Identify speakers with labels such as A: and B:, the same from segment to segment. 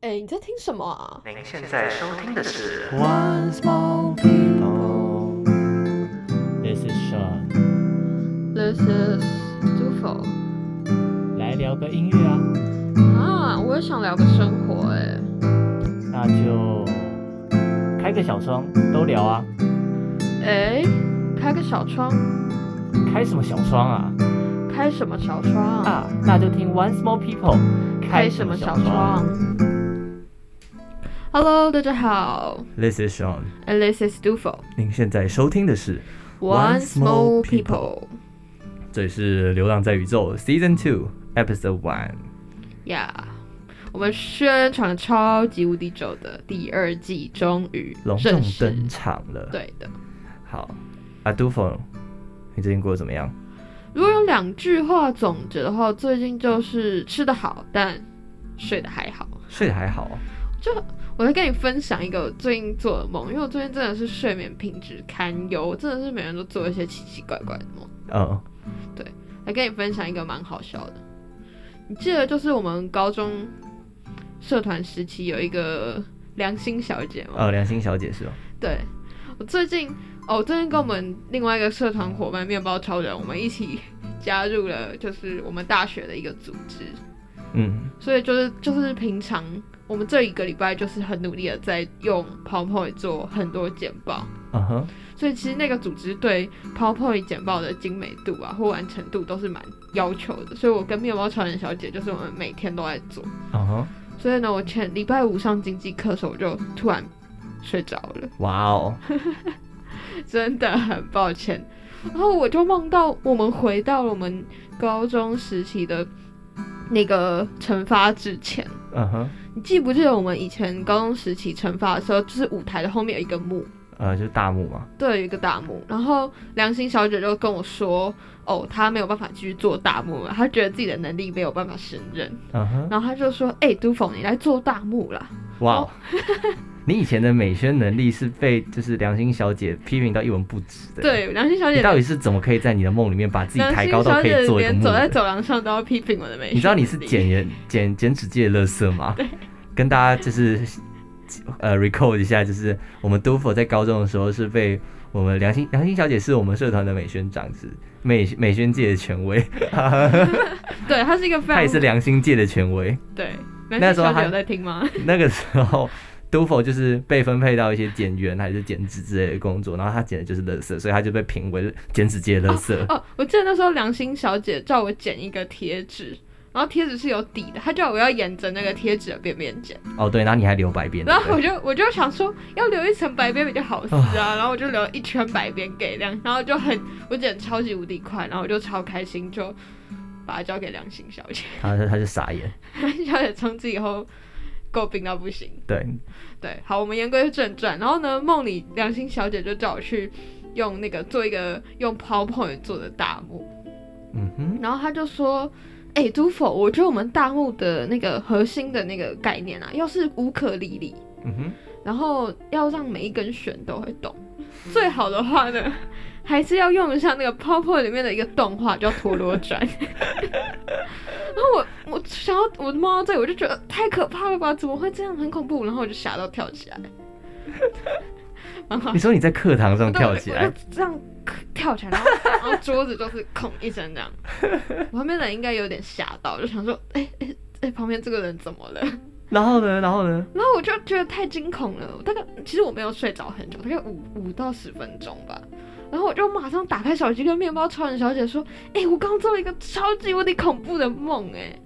A: 哎，你在听什么啊？
B: 您现在收听的是
C: One small people. This is Sean，
A: This is Dufo
C: 来聊个音乐啊，
A: 啊，我也想聊个生活哎、
C: 那就开个小窗都聊啊，
A: 哎，开个小窗，
C: 开什么小窗啊？
A: 开什么小窗啊？
C: 啊，那就听 One small people，
A: 开什么小窗？Hello，大家好
C: ？This is Sean，
A: ，and this is Dufo
C: 您现在收听的是
A: One
C: One
A: Small
C: Small
A: People。
C: 这是《流浪在宇宙》Season Two Episode One，
A: Yeah，我们宣传了超级无敌久的第二季终于
C: 隆重
A: 正式
C: 登场了。，
A: 对的。
C: 好，阿杜峰，你最近过得怎么样？
A: 如果用两句话总结的话，最近就是吃得好，但睡得还好。
C: 睡得还好啊？
A: 我在跟你分享一个我最近做的梦，因为我最近真的是睡眠品质堪忧，我真的是每天都做一些奇奇怪怪的梦。
C: 嗯，
A: 来跟你分享一个蛮好笑的，你记得就是我们高中社团时期有一个良心小姐吗？
C: 呃，良心小姐是吗？
A: 对，我最近哦，我最近跟我们另外一个社团伙伴面包超人，我们一起加入了就是我们大学的一个组织，
C: 嗯。
A: 所以就是就是平常我们这一个礼拜就是很努力的在用 PowerPoint 做很多简报，
C: 嗯哼，
A: 所以其实那个组织对 PowerPoint 简报的精美度啊或完成度都是蛮要求的，所以我跟面包超人小姐就是我们每天都在做，
C: 嗯哼，
A: 所以呢，我前礼拜五上经济课的时候我就突然睡着了。
C: 哇哦，
A: 真的很抱歉。然后我就梦到我们回到了我们高中时期的那个惩罚之前。
C: 嗯哼，
A: 你记不记得我们以前高中时期惩罚的时候，就是舞台的后面有一个幕，
C: 呃，就是大幕嘛，
A: 对，有一个大幕。然后良心小姐就跟我说，哦，她没有办法继续做大幕了，她觉得自己的能力没有办法胜任。
C: 嗯哼，
A: 然后她就说，哎、杜凤，你来做大幕啦。
C: 哇、
A: 哦
C: 哦， 你以前的美宣能力是被就是良心小姐批评到一文不值的，，
A: 对，良心小
C: 你
A: 姐，
C: 到底是怎么可以在你的梦里面把自己
A: 良
C: 抬
A: 心
C: 高到
A: 小
C: 可
A: 姐
C: 以做一个
A: 连
C: 幕
A: 走在
C: 人？
A: 走廊上都要批评我的美学
C: 你知道你是
A: 能力
C: 剪 人剪剪纸界的乐色吗？跟大家就是呃 recall 一下，就是我们都佛在高中的时候是被我们良心良心小姐是我们社团的美宣长子，美美宣界的权威，
A: 对，她是一个非
C: 她
A: 常
C: 也是良心界的权威。
A: 对，
C: 那时候
A: 还
C: 还
A: 有在听吗？
C: 那个时候，杜甫就是被分配到一些剪员还是剪纸之类的工作，然后他剪的就是垃圾，所以他就被评为剪纸界的垃圾。
A: 哦，我记得那时候良心小姐叫我剪一个贴纸，然后贴纸是有底的，她叫我要沿着那个贴纸的边边剪，
C: 哦，对，然后你还留白边，
A: 然
C: 对不
A: 后我
C: 对？
A: 就我就想说要留一层白边比较好撕啊，然后我就留一圈白边给亮，然后就很我剪超级无敌快，然后我就超开心，就把它交给良心小姐，
C: 他他就傻眼。
A: 良心小姐从此以后诟病到不行。
C: 对，
A: 对，好，我们言归正传。然后呢，梦里良心小姐就叫我去用那个做一个用 PowerPoint 做的大幕，
C: 嗯哼，
A: 然后她就说：“哎、杜否，我觉得我们大幕的那个核心的那个概念啊，要是无可理喻，
C: 嗯哼，
A: 然后要让每一根弦都会动。最好的话呢，还是要用一下那个 PowerPoint 里面的一个动画，叫陀螺转。” 然后我我想要我梦到这里，我就觉得呃太可怕了吧？怎么会这样？很恐怖。然后我就吓到跳起来，蛮好
C: 你说你在课堂上
A: 对
C: 跳起
A: 我
C: 来
A: 就，这样跳起来，然后然后桌子就是空一声这样。我旁边的人应该有点吓到，就想说，哎、哎、哎、旁边这个人怎么了？
C: 然后呢，然后呢，
A: 然后我就觉得太惊恐了，我大概其实我没有睡着很久，大概五五到十分钟吧。然后我就马上打开手机，跟面包超人小姐说：“哎、我刚做了一个超级无敌恐怖的梦，哎。”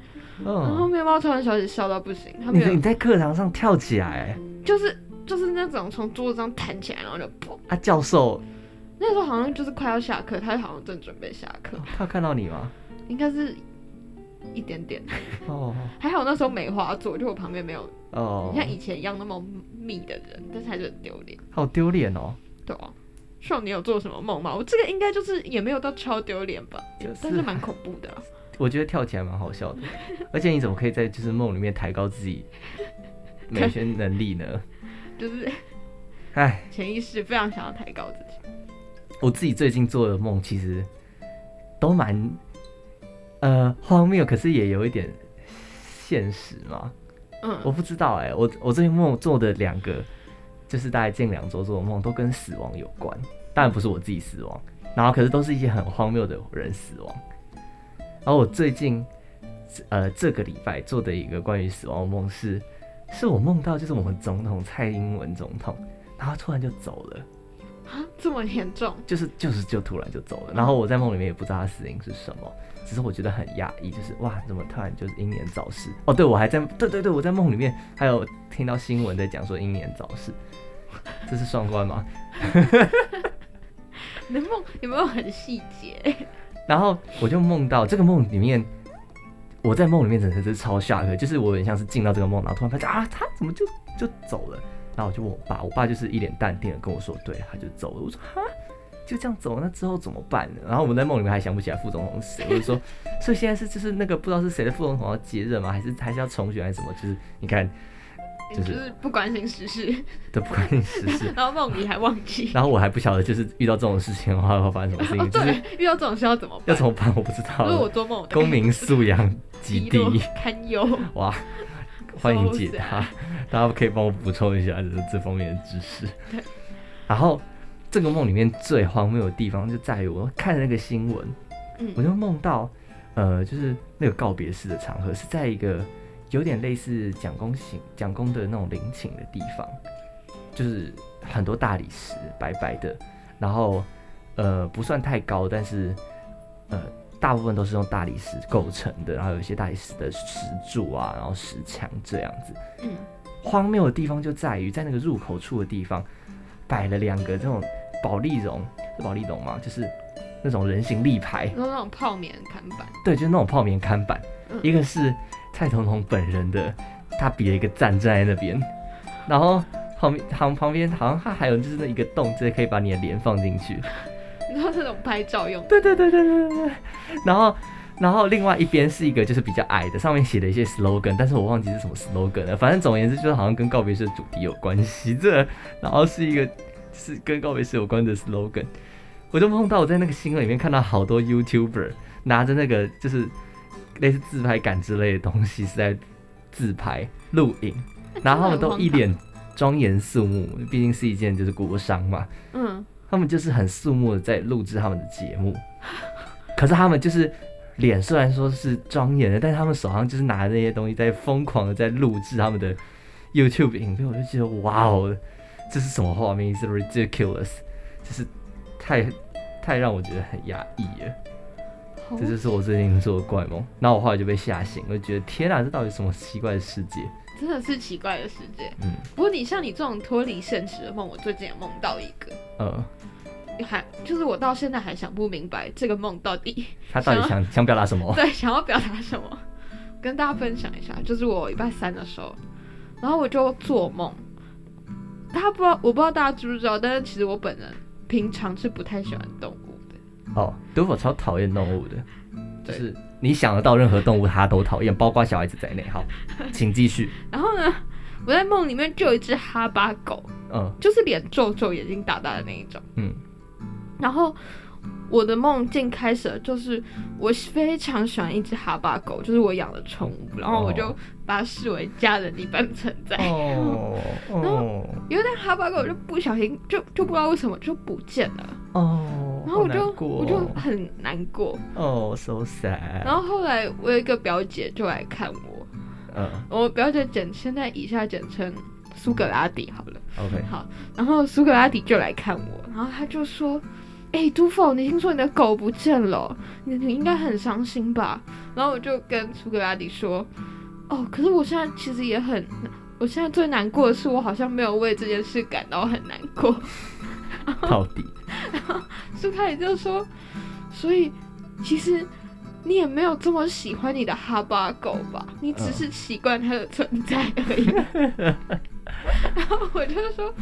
A: 然后
C: 嗯，
A: 面包超人小姐笑到不行，她
C: 你
A: 没
C: 在你
A: 有，
C: 在课堂上跳起来，
A: 就是就是那种从桌子上弹起来，然后就砰。
C: 啊，教授，
A: 那时候好像就是快要下课，她好像正准备下课，
C: 他有看到你吗？
A: 应该是一点点，
C: 哦
A: 还好那时候没话做，就我旁边没有
C: 哦，
A: 像以前一样那么密的人，但是还是很丢脸，
C: 好丢脸哦，
A: 对啊。少你有做什么梦吗？我这个应该就是也没有到超丢脸吧，
C: 就
A: 但是
C: 是
A: 蛮恐怖的 啊、
C: 我觉得跳起来蛮好笑 的，而且你怎么可以在就是梦里面抬高自己美宣能力呢？哎
A: 就是
C: 唉。
A: 潜意识非常想要抬高自己。
C: 我自己最近做的梦其实都蛮呃荒谬，可是也有一点现实嘛。
A: 嗯，
C: 我不知道哎、我我最近梦做的两个，就是大概近两周做的梦都跟死亡有关，当然不是我自己死亡，然后可是都是一些很荒谬的人死亡。然后我最近呃这个礼拜做的一个关于死亡的梦是，是我梦到就是我们总统蔡英文总统，然后突然就走了，
A: 啊，这么严重，
C: 就是就是就突然就走了，然后我在梦里面也不知道他死因是什么。只是我觉得很压抑，就是哇，怎么突然就是英年早逝？哦，对，我还在，对对对，我在梦里面还有听到新闻在讲说英年早逝，这是双关吗？
A: 你的梦有没有很细节？
C: 然后我就梦到这个梦里面，我在梦里面真的是超下课，就是我有点像是进到这个梦，然后突然发现啊，他怎么就就走了？然后我就问我爸，我爸就是一脸淡定的跟我说，对，他就走了。我说哈，就这样走，那之后怎么办呢？然后我在梦里面还想不起来副总统是谁，我就说，所以现在是就是那个不知道是谁的副总统要接任吗？还是还是要重选还是什么？就是你看，
A: 你
C: 就
A: 就是是不关心时 事，
C: 都不关心时事。
A: 然后梦里还忘记。
C: 然后我还不晓得，就是遇到这种事情的话会发生什么事
A: 哦
C: 情，，就是
A: 对，遇到这种事要怎么
C: 要
A: 办？
C: 怎么办，我不知道
A: 如果我
C: 了。
A: 做梦，我大概
C: 公民素养极
A: 低
C: 低
A: 落。堪 忧，
C: 哇，欢迎解答， 大家可以帮我补充一下这这方面的知识
A: 对。
C: 然后这个梦里面最荒谬的地方就在于，我看那个新闻，
A: 嗯
C: 我就梦到，呃，就是那个告别式的场合是在一个有点类似蒋公行蒋公的那种陵寝的地方，就是很多大理石白白的，然后呃不算太高，但是呃大部分都是用大理石构成的，然后有一些大理石的石柱啊，然后石墙这样子。
A: 嗯，
C: 荒谬的地方就在于在那个入口处的地方摆了两个这种保利龙，是保利龙吗？就是那种人形立牌，
A: 然后那种泡棉看板，
C: 对，就是那种泡棉看板，
A: 嗯
C: 一个是蔡总统本人的，他比了一个赞站在那边，然后旁边旁旁边好像他还有就是那一个洞，直接可以把你的脸放进去。
A: 你知道那种拍照用的，
C: 对对对对对对对。然后然后另外一边是一个就是比较矮的，上面写了一些 slogan，但是我忘记是什么 slogan 了。反正总而言之，就是好像跟告别式的主题有关系。这然后是一个是跟告别式有关的 slogan。我就梦到我在那个新闻里面看到好多 YouTuber 拿着那个就是类似自拍杆之类的东西是在自拍录影，然后他们都一脸庄严肃穆，毕竟是一件就是国商嘛。
A: 嗯，
C: 他们就是很肃穆的在录制他们的节目，可是他们就是脸虽然说是庄严的，但是他们手上就是拿着那些东西在疯狂的在录制他们的 YouTube 影片，我就觉得哇哦，这是什么画面？是 ridiculous，就是太太让我觉得很压抑了。
A: 好
C: 这就是我最近做的怪梦，然后我后来就被吓醒，我就觉得天啊，这到底什么奇怪的世界？
A: 真的是奇怪的世界。
C: 嗯
A: 不过你像你这种脱离现实的梦，我最近也梦到一个，
C: 呃，
A: 还就是我到现在还想不明白这个梦到底
C: 他到底想想表达什 么？
A: 对，想要表达什么，跟大家分享一下。就是我礼拜三的时候，然后我就做梦，大家不知道，我不知道大家知不知道，但是其实我本人平常是不太喜欢动物的。
C: 哦，德我超讨厌动物的，就
A: 对
C: 是你想得到任何动物，他都讨厌，包括小孩子在内。好，请 继续。
A: 然后呢，我在梦里面就有一只哈巴狗，
C: 嗯
A: 就是脸皱皱、眼睛大大的那一种。
C: 嗯，
A: 然后我的梦境开始了就是我非常喜欢一只哈巴狗，就是我养的宠物，然后我就
C: 哦
A: 把它视为家人一般存在。
C: 哦哦
A: 有一天哈巴狗就不小心就就不知道为什么就不见了，
C: 哦，
A: 然后我
C: 好
A: 就
C: 难过
A: 我就很难过。
C: 哦，so sad。
A: 然后后来我有一个表姐就来看我，
C: 嗯
A: 我表姐简现在以下简称苏格拉底好了，
C: ，OK，
A: 好，然后苏格拉底就来看我，然后他就说。哎、杜甫，你听说你的狗不见了，你你应该很伤心吧？然后我就跟苏格拉底说，哦，可是我现在其实也很，我现在最难过的是，我好像没有为这件事感到很难过。
C: 到底
A: 苏凯也就说，所以其实你也没有这么喜欢你的哈巴狗吧？你只是习惯它的存在而已。 然后我就说，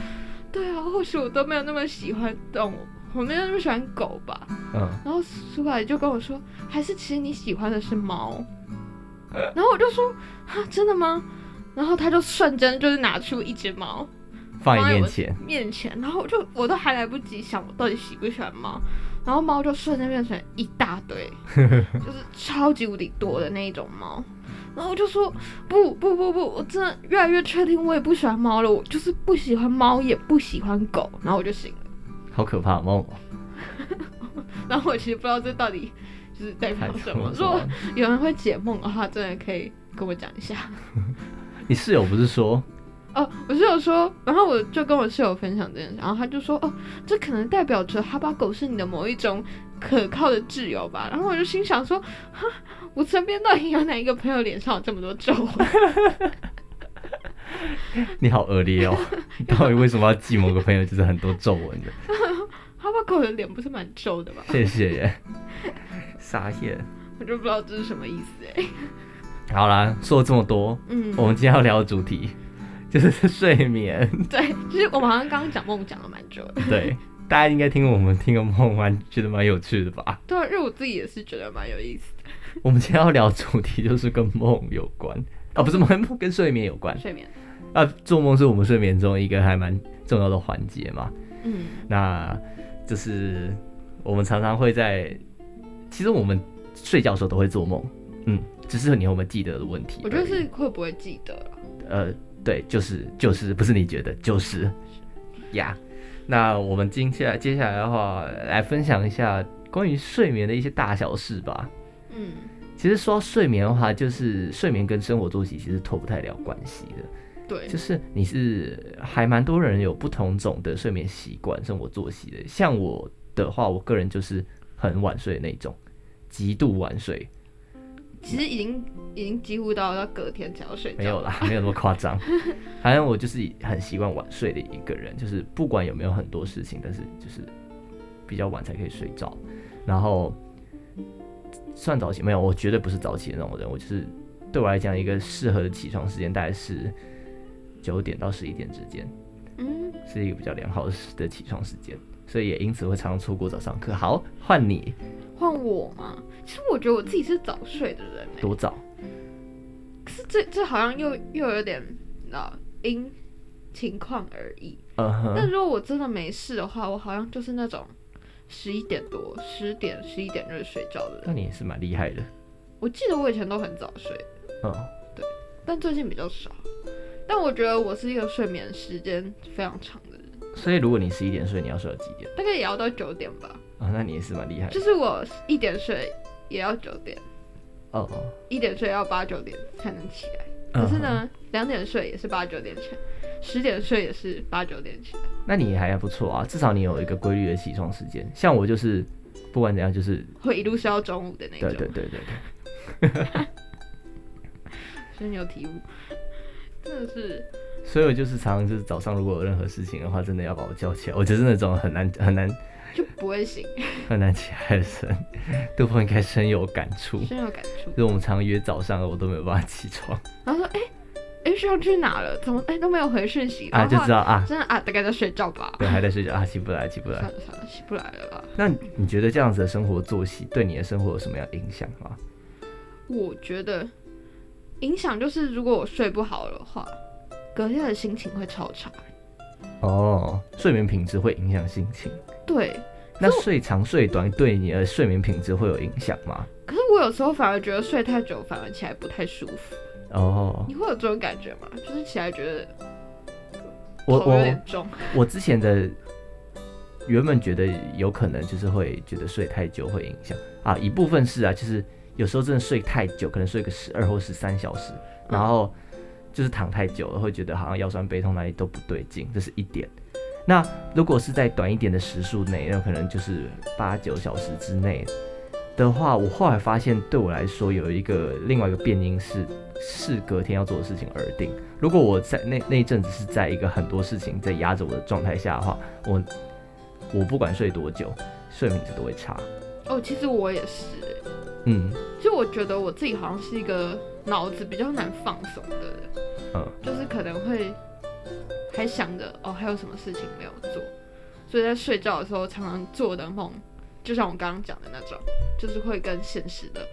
A: 对啊，或许我都没有那么喜欢动物，我没有那么喜欢狗吧。
C: 嗯
A: 然后苏凯就跟我说，还是其实你喜欢的是猫。然后我就说，啊，真的吗？然后他就瞬间就是拿出一只猫，
C: 放你面前，
A: 面前，然后我就我都还来不及想我到底喜不喜欢猫，然后猫就瞬间变成一大 堆，就是超级无敌多的那一种猫。然后我就说不不不不，我真的越来越确定我也不喜欢猫了，我就是不喜欢猫，也不喜欢狗。然后我就醒了。
C: 好可怕，猫王
A: 然后我其实不知道这到底就是代表什么。如果
C: 说，
A: 有人会解梦的话，真的可以跟我讲一下。
C: 你室友不是说
A: 哦，我室友说，然后我就跟我室友分享这件事，然后他就说，哦，这可能代表着哈巴狗是你的某一种可靠的挚友吧。然后我就心想说，哈，我身边到底有哪一个朋友脸上有这么多皱纹？
C: 你好恶劣 哦？你到底为什么要记某个朋友就是很多皱纹的？
A: 哈巴狗的脸不是蛮皱的吧？
C: 谢谢耶， 傻眼。
A: 我就不知道这是什么意思哎、
C: 好啦，说了这么多，
A: 嗯，
C: 我们今天要聊的主题 就是睡 眠。
A: 对，就是我们好像刚刚讲梦讲了蛮久的，
C: 对，大家应该听我们听个梦蛮觉得蛮有趣的吧？
A: 对啊，因为我自己也是觉得蛮有意思的。
C: 我们今天要聊的主题就是跟梦有关啊，不是梦，跟睡眠有关。
A: 睡眠，
C: 啊，做梦是我们睡眠中一个还蛮重要的环节嘛。
A: 嗯，
C: 那就是我们常常会在，其实我们睡觉的时候都会做梦，嗯，只是你有没有记得的问题而已。
A: 我觉得是会不会记得啊了？
C: 呃，对，就是就是，不是你觉得，就是呀。那我们接下来接下来的话，来分享一下关于睡眠的一些大小事吧。
A: 嗯，
C: 其实说到睡眠的话，就是睡眠跟生活作息其实脱不太了关系的。
A: 对
C: 就，是你是还蛮多人有不同种的睡眠习惯、生活作息的。像我的话，我个人就是很晚睡的那种，极度晚睡，
A: 其实已经已经几乎到要隔天才要睡觉，
C: 没有啦，没有那么夸张。 反正我就是很习惯晚睡的一个人，就是不管有没有很多事情，但是就是比较晚才可以睡着。然后算早起没有，我绝对不是早起的那种人。我就是对我来讲，一个适合的起床时间大概是九点到十一点之间。
A: 嗯，
C: 是一个比较良好的起床时间，所以也因此会常常错过早上课。好，换你
A: 换我吗？其实我觉得我自己是早睡的人、欸，
C: 多早？
A: 可是这这好像又又有点啊因情况而已。
C: 嗯
A: 但
C: 哼，
A: 如果我真的没事的话，我好像就是那种十一点多、十点、十一点就睡觉的
C: 那
A: 人。
C: 你也是蛮厉害的。
A: 我记得我以前都很早睡，
C: 嗯，
A: 但最近比较少。但我觉得我是一个睡眠时间非常长的人，
C: 所以如果你十一点睡，你要睡到几点？
A: 大概也要到九点吧。
C: 啊、那你也是蛮厉害的
A: 就。是我一点睡也要九点，
C: 哦哦，
A: 一点睡要八九点才能起来。
C: 嗯
A: 可是呢，两点睡也是八九点起来，十点睡也是八九点起来。
C: 哼，那你还不错啊，至少你有一个规律的起床时间。像我就是，不管怎样，就是
A: 会一路睡到中午的那种。
C: 对对对对对，
A: 真有体悟，真的是
C: 所以我就是常常就是早上如果有任何事情的话，真的要把我叫起来。我就是那种很难很难
A: 就不会 醒，
C: 很难起来的人，杜鹏应该深有感触。
A: 真有感触。
C: 就是我们常约早上，我都没有办法起床
A: 然后说，哎、哎，学长去哪了？怎么哎、都没有回讯息？
C: 啊，
A: 然后
C: 就知道啊，
A: 真的啊，大概在睡觉吧。
C: 对，还在睡觉啊，起不来，起不
A: 算
C: 来。
A: 了算了，起不来了吧。
C: 那你觉得这样子的生活作息对你的生活有什么样的影响吗？
A: 我觉得影响就是，如果我睡不好的话，隔天的心情会超差。
C: 哦，睡眠品质会影响心情。
A: 对，
C: 那睡长睡短对你的睡眠品质会有影响吗？
A: 可是我有时候反而觉得睡太久，反而起来不太舒服。
C: 哦，
A: 你会有这种感觉吗？就是起来觉得
C: 我
A: 头有
C: 我
A: 点重。
C: 我之前的原本觉得有可能就是会觉得睡太久会影响啊，一部分是啊，就是有时候真的睡太久，可能睡个十二或十三小时，然后就是躺太久了，会觉得好像腰酸背痛哪里都不对劲，这是一点。那如果是在短一点的时数内，那可能就是八九小时之内的话，我后来发现对我来说有一个另外一个变因是是隔天要做的事情而定。如果我在那那一阵子是在一个很多事情在压着我的状态下的话，我我不管睡多久，睡眠质都会差。
A: 哦，其实我也是、
C: 嗯，
A: 就我觉得我自己好像是一个脑子比较难放松的人，
C: 嗯，
A: 就是可能会还想着哦还有什么事情没有做，所以在睡觉的时候常常做的梦，就像我刚刚讲的那种，就是会跟现实的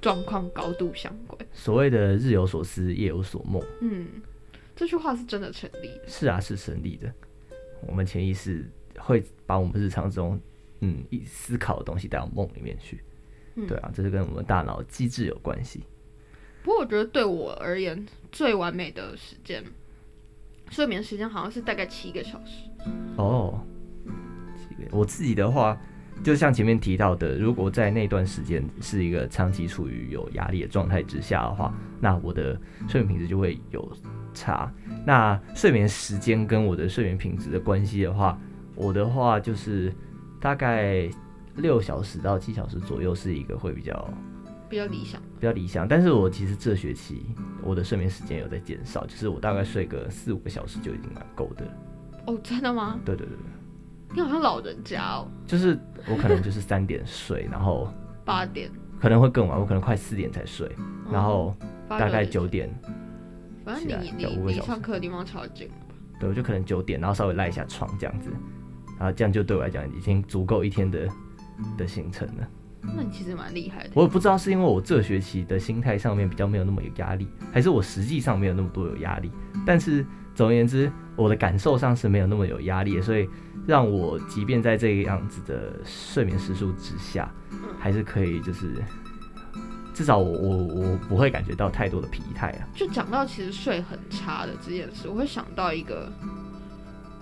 A: 状况高度相关。
C: 所谓的日有所思，夜有所梦，
A: 嗯，这句话是真的成立的。
C: 是啊，是成立的。我们潜意识会把我们日常中嗯一思考的东西带到梦里面去。
A: 嗯
C: 对啊，这是跟我们大脑机制有关系。
A: 不过我觉得对我而言最完美的时间，睡眠时间好像是大概七个小时。
C: 哦，这个我自己的话，就像前面提到的，如果在那段时间是一个长期处于有压力的状态之下的话，那我的睡眠品质就会有差。那睡眠时间跟我的睡眠品质的关系的话，我的话就是大概六小时到七小时左右是一个会比较
A: 比较理想，
C: 比较理想，但是我其实这学期我的睡眠时间有在减少，就是我大概睡个四五个小时就已经蛮够的了。
A: 哦，真的吗？
C: 对对对对。
A: 你好像老人家哦，
C: 就是我可能就是三点睡，然后
A: 八点，
C: 可能会更晚，我可能快四点才睡，然后
A: 哦八
C: 大概
A: 点
C: 九，点，
A: 反正你
C: 起来
A: 你
C: 要五个
A: 你
C: 小时
A: 上课的地方超近，
C: 对，我就可能九点，然后稍微赖一下床这样子，然后这样就对我来讲已经足够一天的的行程了。
A: 那你其实蛮厉害的。
C: 我也不知道是因为我这学期的心态上面比较没有那么有压力，还是我实际上没有那么多有压力。但是总而言之，我的感受上是没有那么有压力的，所以让我即便在这个样子的睡眠时数之下，还是可以就是至少我我我不会感觉到太多的疲态啊。
A: 就讲到其实睡很差的这件事，我会想到一个，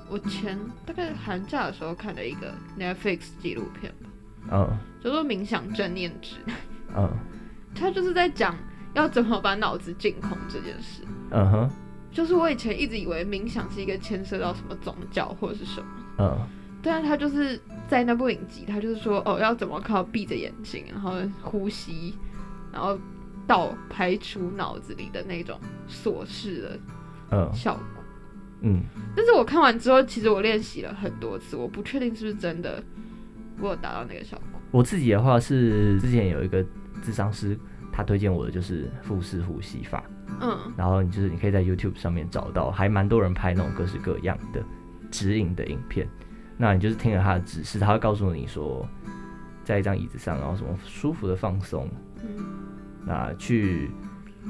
A: 我前大概寒假的时候看的一个 Netflix 纪录片吧，
C: 嗯
A: 叫做《冥想正念指南》，
C: 嗯
A: 它就是在讲要怎么把脑子净空这件事。
C: 嗯哼
A: 就是我以前一直以为冥想是一个牵涉到什么宗教或者是什么，
C: 嗯
A: 但是啊他就是在那部影集，他就是说哦要怎么靠闭着眼睛，然后呼吸，然后到排除脑子里的那种琐事的
C: 嗯
A: 效果。
C: 嗯
A: 但是我看完之后，其实我练习了很多次，我不确定是不是真的我有达到那个效果。
C: 我自己的话是之前有一个智商师，他推荐我的就是腹式呼吸法。
A: 嗯，
C: 然后你就是你可以在 YouTube 上面找到，还蛮多人拍那种各式各样的指引的影片。那你就是听了他的指示，他会告诉你说，在一张椅子上，然后什么舒服的放松，
A: 嗯，
C: 那啊去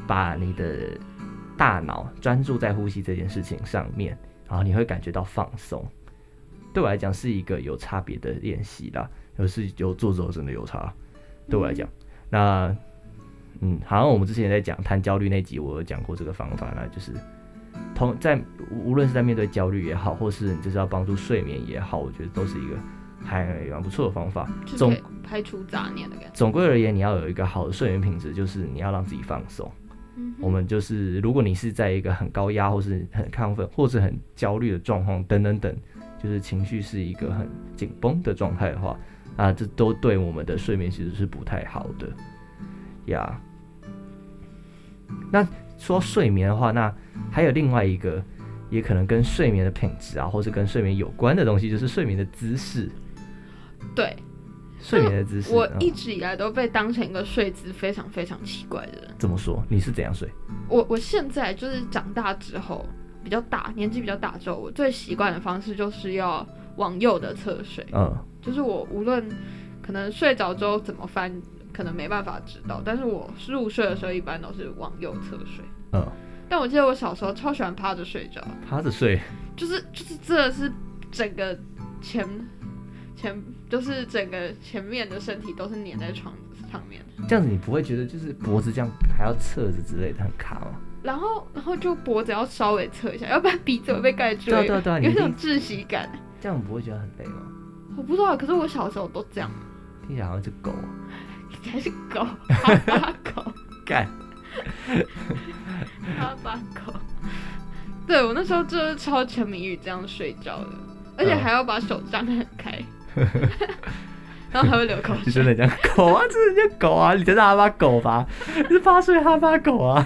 C: 把你的大脑专注在呼吸这件事情上面，然后你会感觉到放松。对我来讲是一个有差别的练习啦，可是有做之后真的有差。对我来讲，那嗯，好像我们之前在讲谈焦虑那集，我有讲过这个方法啦，就是同在无无论是在面对焦虑也好，或是你就是要帮助睡眠也好，我觉得都是一个还蛮不错的方法。
A: 就是
C: 总
A: 可以排除杂念的感觉。
C: 总归而言，你要有一个好的睡眠品质，就是你要让自己放松。
A: 嗯哼
C: 我们就是，如果你是在一个很高压，或是很亢奋，或是很焦虑的状况，等等等，就是情绪是一个很紧绷的状态的话，啊，这都对我们的睡眠其实是不太好的呀。那说到睡眠的话，那还有另外一个，也可能跟睡眠的品质啊，或是跟睡眠有关的东西，就是睡眠的姿势。
A: 对
C: 睡眠的姿势，
A: 我
C: 嗯
A: 一直以来都被当成一个睡姿非常非常奇怪的人。
C: 怎么说？你是怎样睡？
A: 我我现在就是长大之后比较大，年纪比较大之后，我最习惯的方式就是要往右的侧睡，
C: 嗯。
A: 就是我无论可能睡着之后怎么翻，可能没办法知道，但是我入睡的时候一般都是往右侧睡。
C: 嗯，
A: 但我记得我小时候超喜欢趴着睡觉，
C: 趴着睡，
A: 就是就是真的是整个前前就是整个前面的身体都是粘在床上面的。
C: 这样子你不会觉得就是脖子这样还要侧着之类的很卡吗？
A: 然后，然后就脖子要稍微侧一下，要不然鼻子会被盖住，
C: 对啊对啊对啊
A: 有一
C: 你一
A: 种
C: 定
A: 窒息感。
C: 这样不会觉得很累吗？
A: 我不知道，可是我小时候都这样，
C: 听起来好像是狗啊
A: 你才是 狗，哈巴狗，
C: 干，
A: 哈巴狗。对我那时候就是超沉迷于这样睡觉的，而且
C: 嗯
A: 还要把手张得很开， 然后还会流口
C: 你
A: 水
C: 真。的像狗啊，真的像狗啊，你真是哈巴狗吧？ 你是趴睡哈巴狗啊？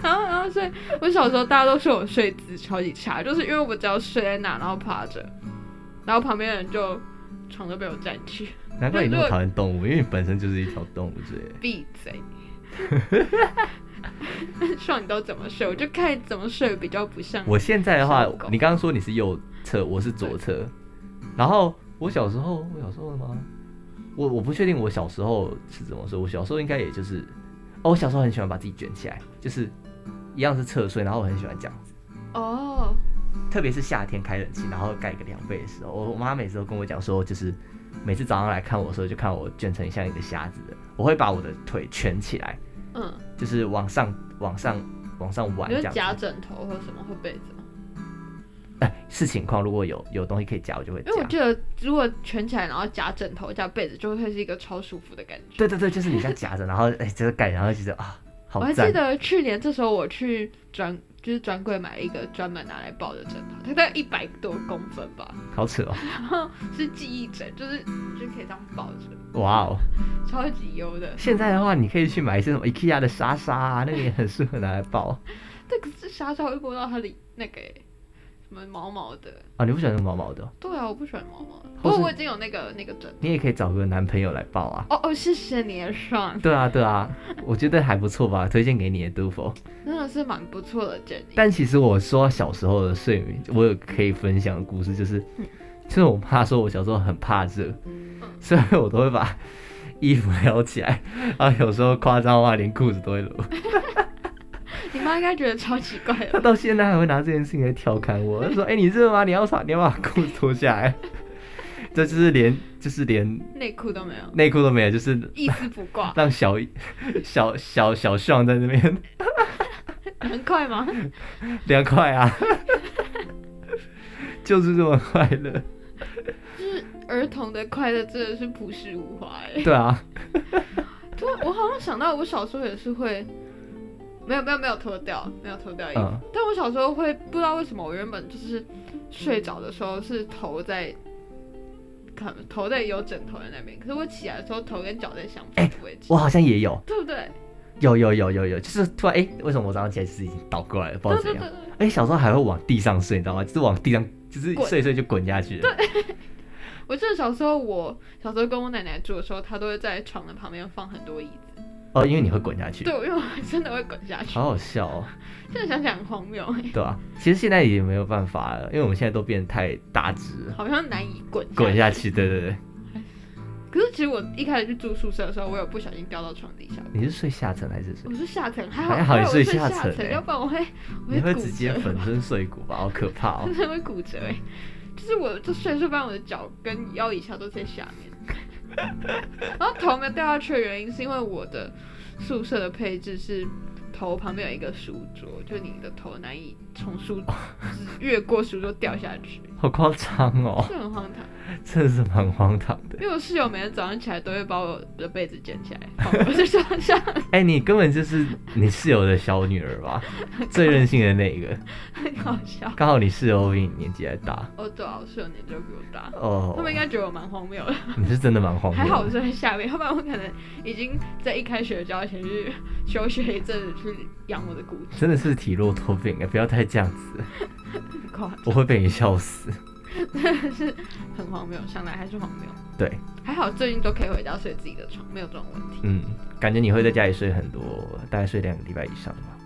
A: 然后，然后所以，我小时候大家都说我睡姿超级差，就是因为我只要睡在那，然后趴着，然后旁边的人就床都被我占去。
C: 难怪你那么讨厌动物，因为你本身就是一条动物之类的。
A: 闭 嘴！ 说你都怎么睡，我就看你怎么睡比较不像。
C: 我现在的话
A: 小狗，
C: 你刚刚说你是右侧，我是左侧，然后我小时候，我小时候吗？我我不确定我小时候是怎么说，我小时候应该也就是，哦，我小时候很喜欢把自己卷起来，就是一样是侧睡，然后我很喜欢这样。
A: 哦，
C: 特别是夏天开冷气，然后盖个凉被的时候，我我妈每次都跟我讲说，就是每次早上来看我的时候，就看我卷成像一个瞎子的，我会把我的腿蜷起来，
A: 嗯，
C: 就是往上、往上、往上弯
A: 你
C: 这
A: 会
C: 样子。
A: 夹枕头或什么会被子吗？
C: 哎，是情况，如果有有东西可以夹，我就会夹
A: 因为。我记得如果蜷起来，然后夹枕头夹被子，就会是一个超舒服的感觉。
C: 对对对，就是你这样夹着，然后哎，这个盖，然后就觉得啊，好
A: 我还
C: 赞
A: 记。得去年这时候我去专就是专柜买了一个专门拿来抱的枕头，它大概一百多公分吧，
C: 好扯哦！
A: 然后是记忆枕，就是你就可以这样抱着，
C: 哇哦，
A: 超级优的。
C: 现在的话，你可以去买一些什么 IKEA 的沙沙啊，那个也很适合拿来抱
A: 但可是沙沙会摸到它的那个欸什么毛毛的，
C: 啊。你不喜欢那毛毛 的哦，
A: 对啊，我不喜欢毛毛的。不
C: 或是
A: 过我已经有那个那个枕头。
C: 你也可以找个男朋友来抱啊。
A: 哦哦，谢谢你上，
C: 对啊，对啊，我觉得还不错吧，推荐给你的 Dufo。
A: 真的是蛮不错的建议。
C: 但其实我说小时候的睡眠，我有可以分享的故事，就是，
A: 嗯
C: 就是我妈说我小时候很怕热，所以我都会把衣服撩起来，然后有时候夸张的话，连裤子都会裸。
A: 你妈应该觉得超奇怪的
C: 她
A: 吧。
C: 到现在还会拿这件事情来调 侃我，她说：“哎、你热吗？你要把你要把裤子脱下来。” 这就是连就是连
A: 内裤都没有，
C: 内裤都没有，就是
A: 一丝不 挂，
C: 让小小小小象在那边
A: 很快吗？
C: 凉快啊， 就是这么快乐。
A: 儿童的快乐真的是朴实无华哎。
C: 对啊，
A: 突然，我好像想到，我小时候也是会，没有没有没有脱掉，没有脱掉衣服。
C: 嗯
A: 但我小时候会不知道为什么，我原本就是睡着的时候是头在，可能头在有枕头的那边，可是我起来的时候头跟脚在相反的位置，
C: 我好像也有，
A: 对不对？
C: 有有有有有，就是突然哎、为什么我早上起来是已经倒过来了，不知
A: 对
C: 道
A: 对
C: 怎
A: 对
C: 样。
A: 对。
C: 哎、小时候还会往地上睡，你知道吗？就是往地上，就是
A: 滚
C: 睡一睡就滚下去了。
A: 我记得小时候我，小时候跟我奶奶住的时候，她都会在床的旁边放很多椅子，
C: 哦，因为你会滚下去
A: 对，，因 为我真的会滚下去。
C: 好好笑哦，
A: 现在想想很荒谬欸，
C: 对吧、其实现在也没有办法了，因为我们现在都变得太大只了，
A: 好像难以滚
C: 滚
A: 去。
C: 下去。对对对，
A: 可是其实我一开始去住宿舍的时候，我有不小心掉到床底下。
C: 你是睡下层还是睡？
A: 我是下层，还
C: 还好
A: 好
C: 你
A: 我
C: 睡
A: 睡
C: 下层
A: 层，
C: 欸
A: 要不然我会我
C: 你会
A: 骨折，
C: 直接 粉身碎骨吧？好可怕哦！
A: 真的会骨折哎、就是我就睡睡，不然我的脚跟腰以下都在下 面。然后头没有掉下去的原因是因为我的宿舍的配置是头旁边有一个书桌，就你的头难以从 书就是越过书桌掉下去，
C: 好夸张哦，
A: 这很荒唐。
C: 真的是蛮荒唐的。
A: 因为我室友每天早上起来都会把我的被子捡起来放我的床上，
C: 哎、你根本就是你室友的小女儿 吧？最任性的那个，
A: 很好笑。
C: 刚好你室友比你年纪还大。
A: 哦，对啊，我室友年纪比我大，
C: 哦
A: 他，们应该觉得我蛮荒谬的。
C: 你是真的蛮荒 谬。
A: 还好我是在下面，要不然我可能已经在一开学就要先去休学一阵子去养我的骨
C: 真的是体弱多病哎，不要太这样子，
A: 质，夸
C: 我会被你笑死。
A: 是很荒谬，想来还是荒谬。
C: 对，
A: 还好最近都可以回家睡自己的床，没有这种问题，
C: 嗯，感觉你会在家里睡很多，大概睡两个礼拜以上吧，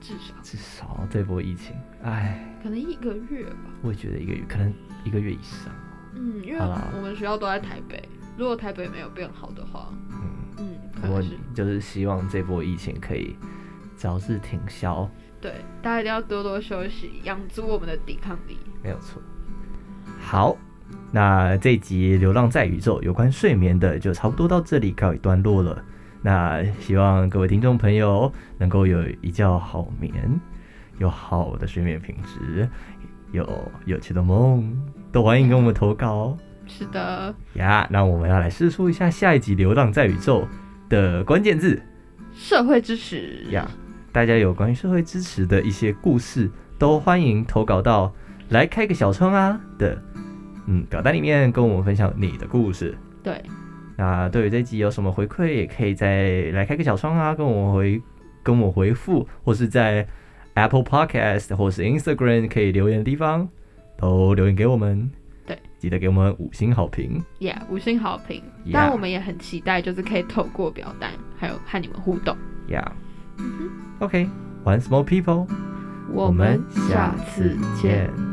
A: 至少
C: 至少啊这波疫情，哎，
A: 可能一个月吧。
C: 我也觉得一个月可能一个月以上，
A: 嗯，因为
C: 好啦
A: 我们学校都在台北，如果台北没有变好的话，
C: 嗯，
A: 嗯，可
C: 我
A: 能是
C: 就是希望这波疫情可以早日停消，
A: 对，大家一定要多多休息，养足我们的抵抗力。
C: 没有错。好，那这一集《流浪在宇宙》有关睡眠的就差不多到这里告一段落了。那希望各位听众朋友能够有一觉好眠，有好的睡眠品质，有有趣的梦，都欢迎跟我们投稿哦。
A: 是的，
C: 呀、那我们要来试出一下下一集《流浪在宇宙》的关键字。
A: 社会支持。
C: 呀大家有关于社会支持的一些故事，都欢迎投稿到来开个小窗啊的嗯表单里面，跟我们分享你的故事。
A: 对，
C: 那对于这集有什么回馈，也可以在来开个小窗啊，跟我回跟我回复，或是在 Apple Podcast 或是 Instagram 可以留言的地方都留言给我们。
A: 对，
C: 记得给我们五星好评。
A: Yeah，五星好评。
C: Yeah
A: 但我们也很期待，就是可以透过表单，还有和你们互动。
C: Yeah，OK，、OK，Once more people，
A: 我们下次见。。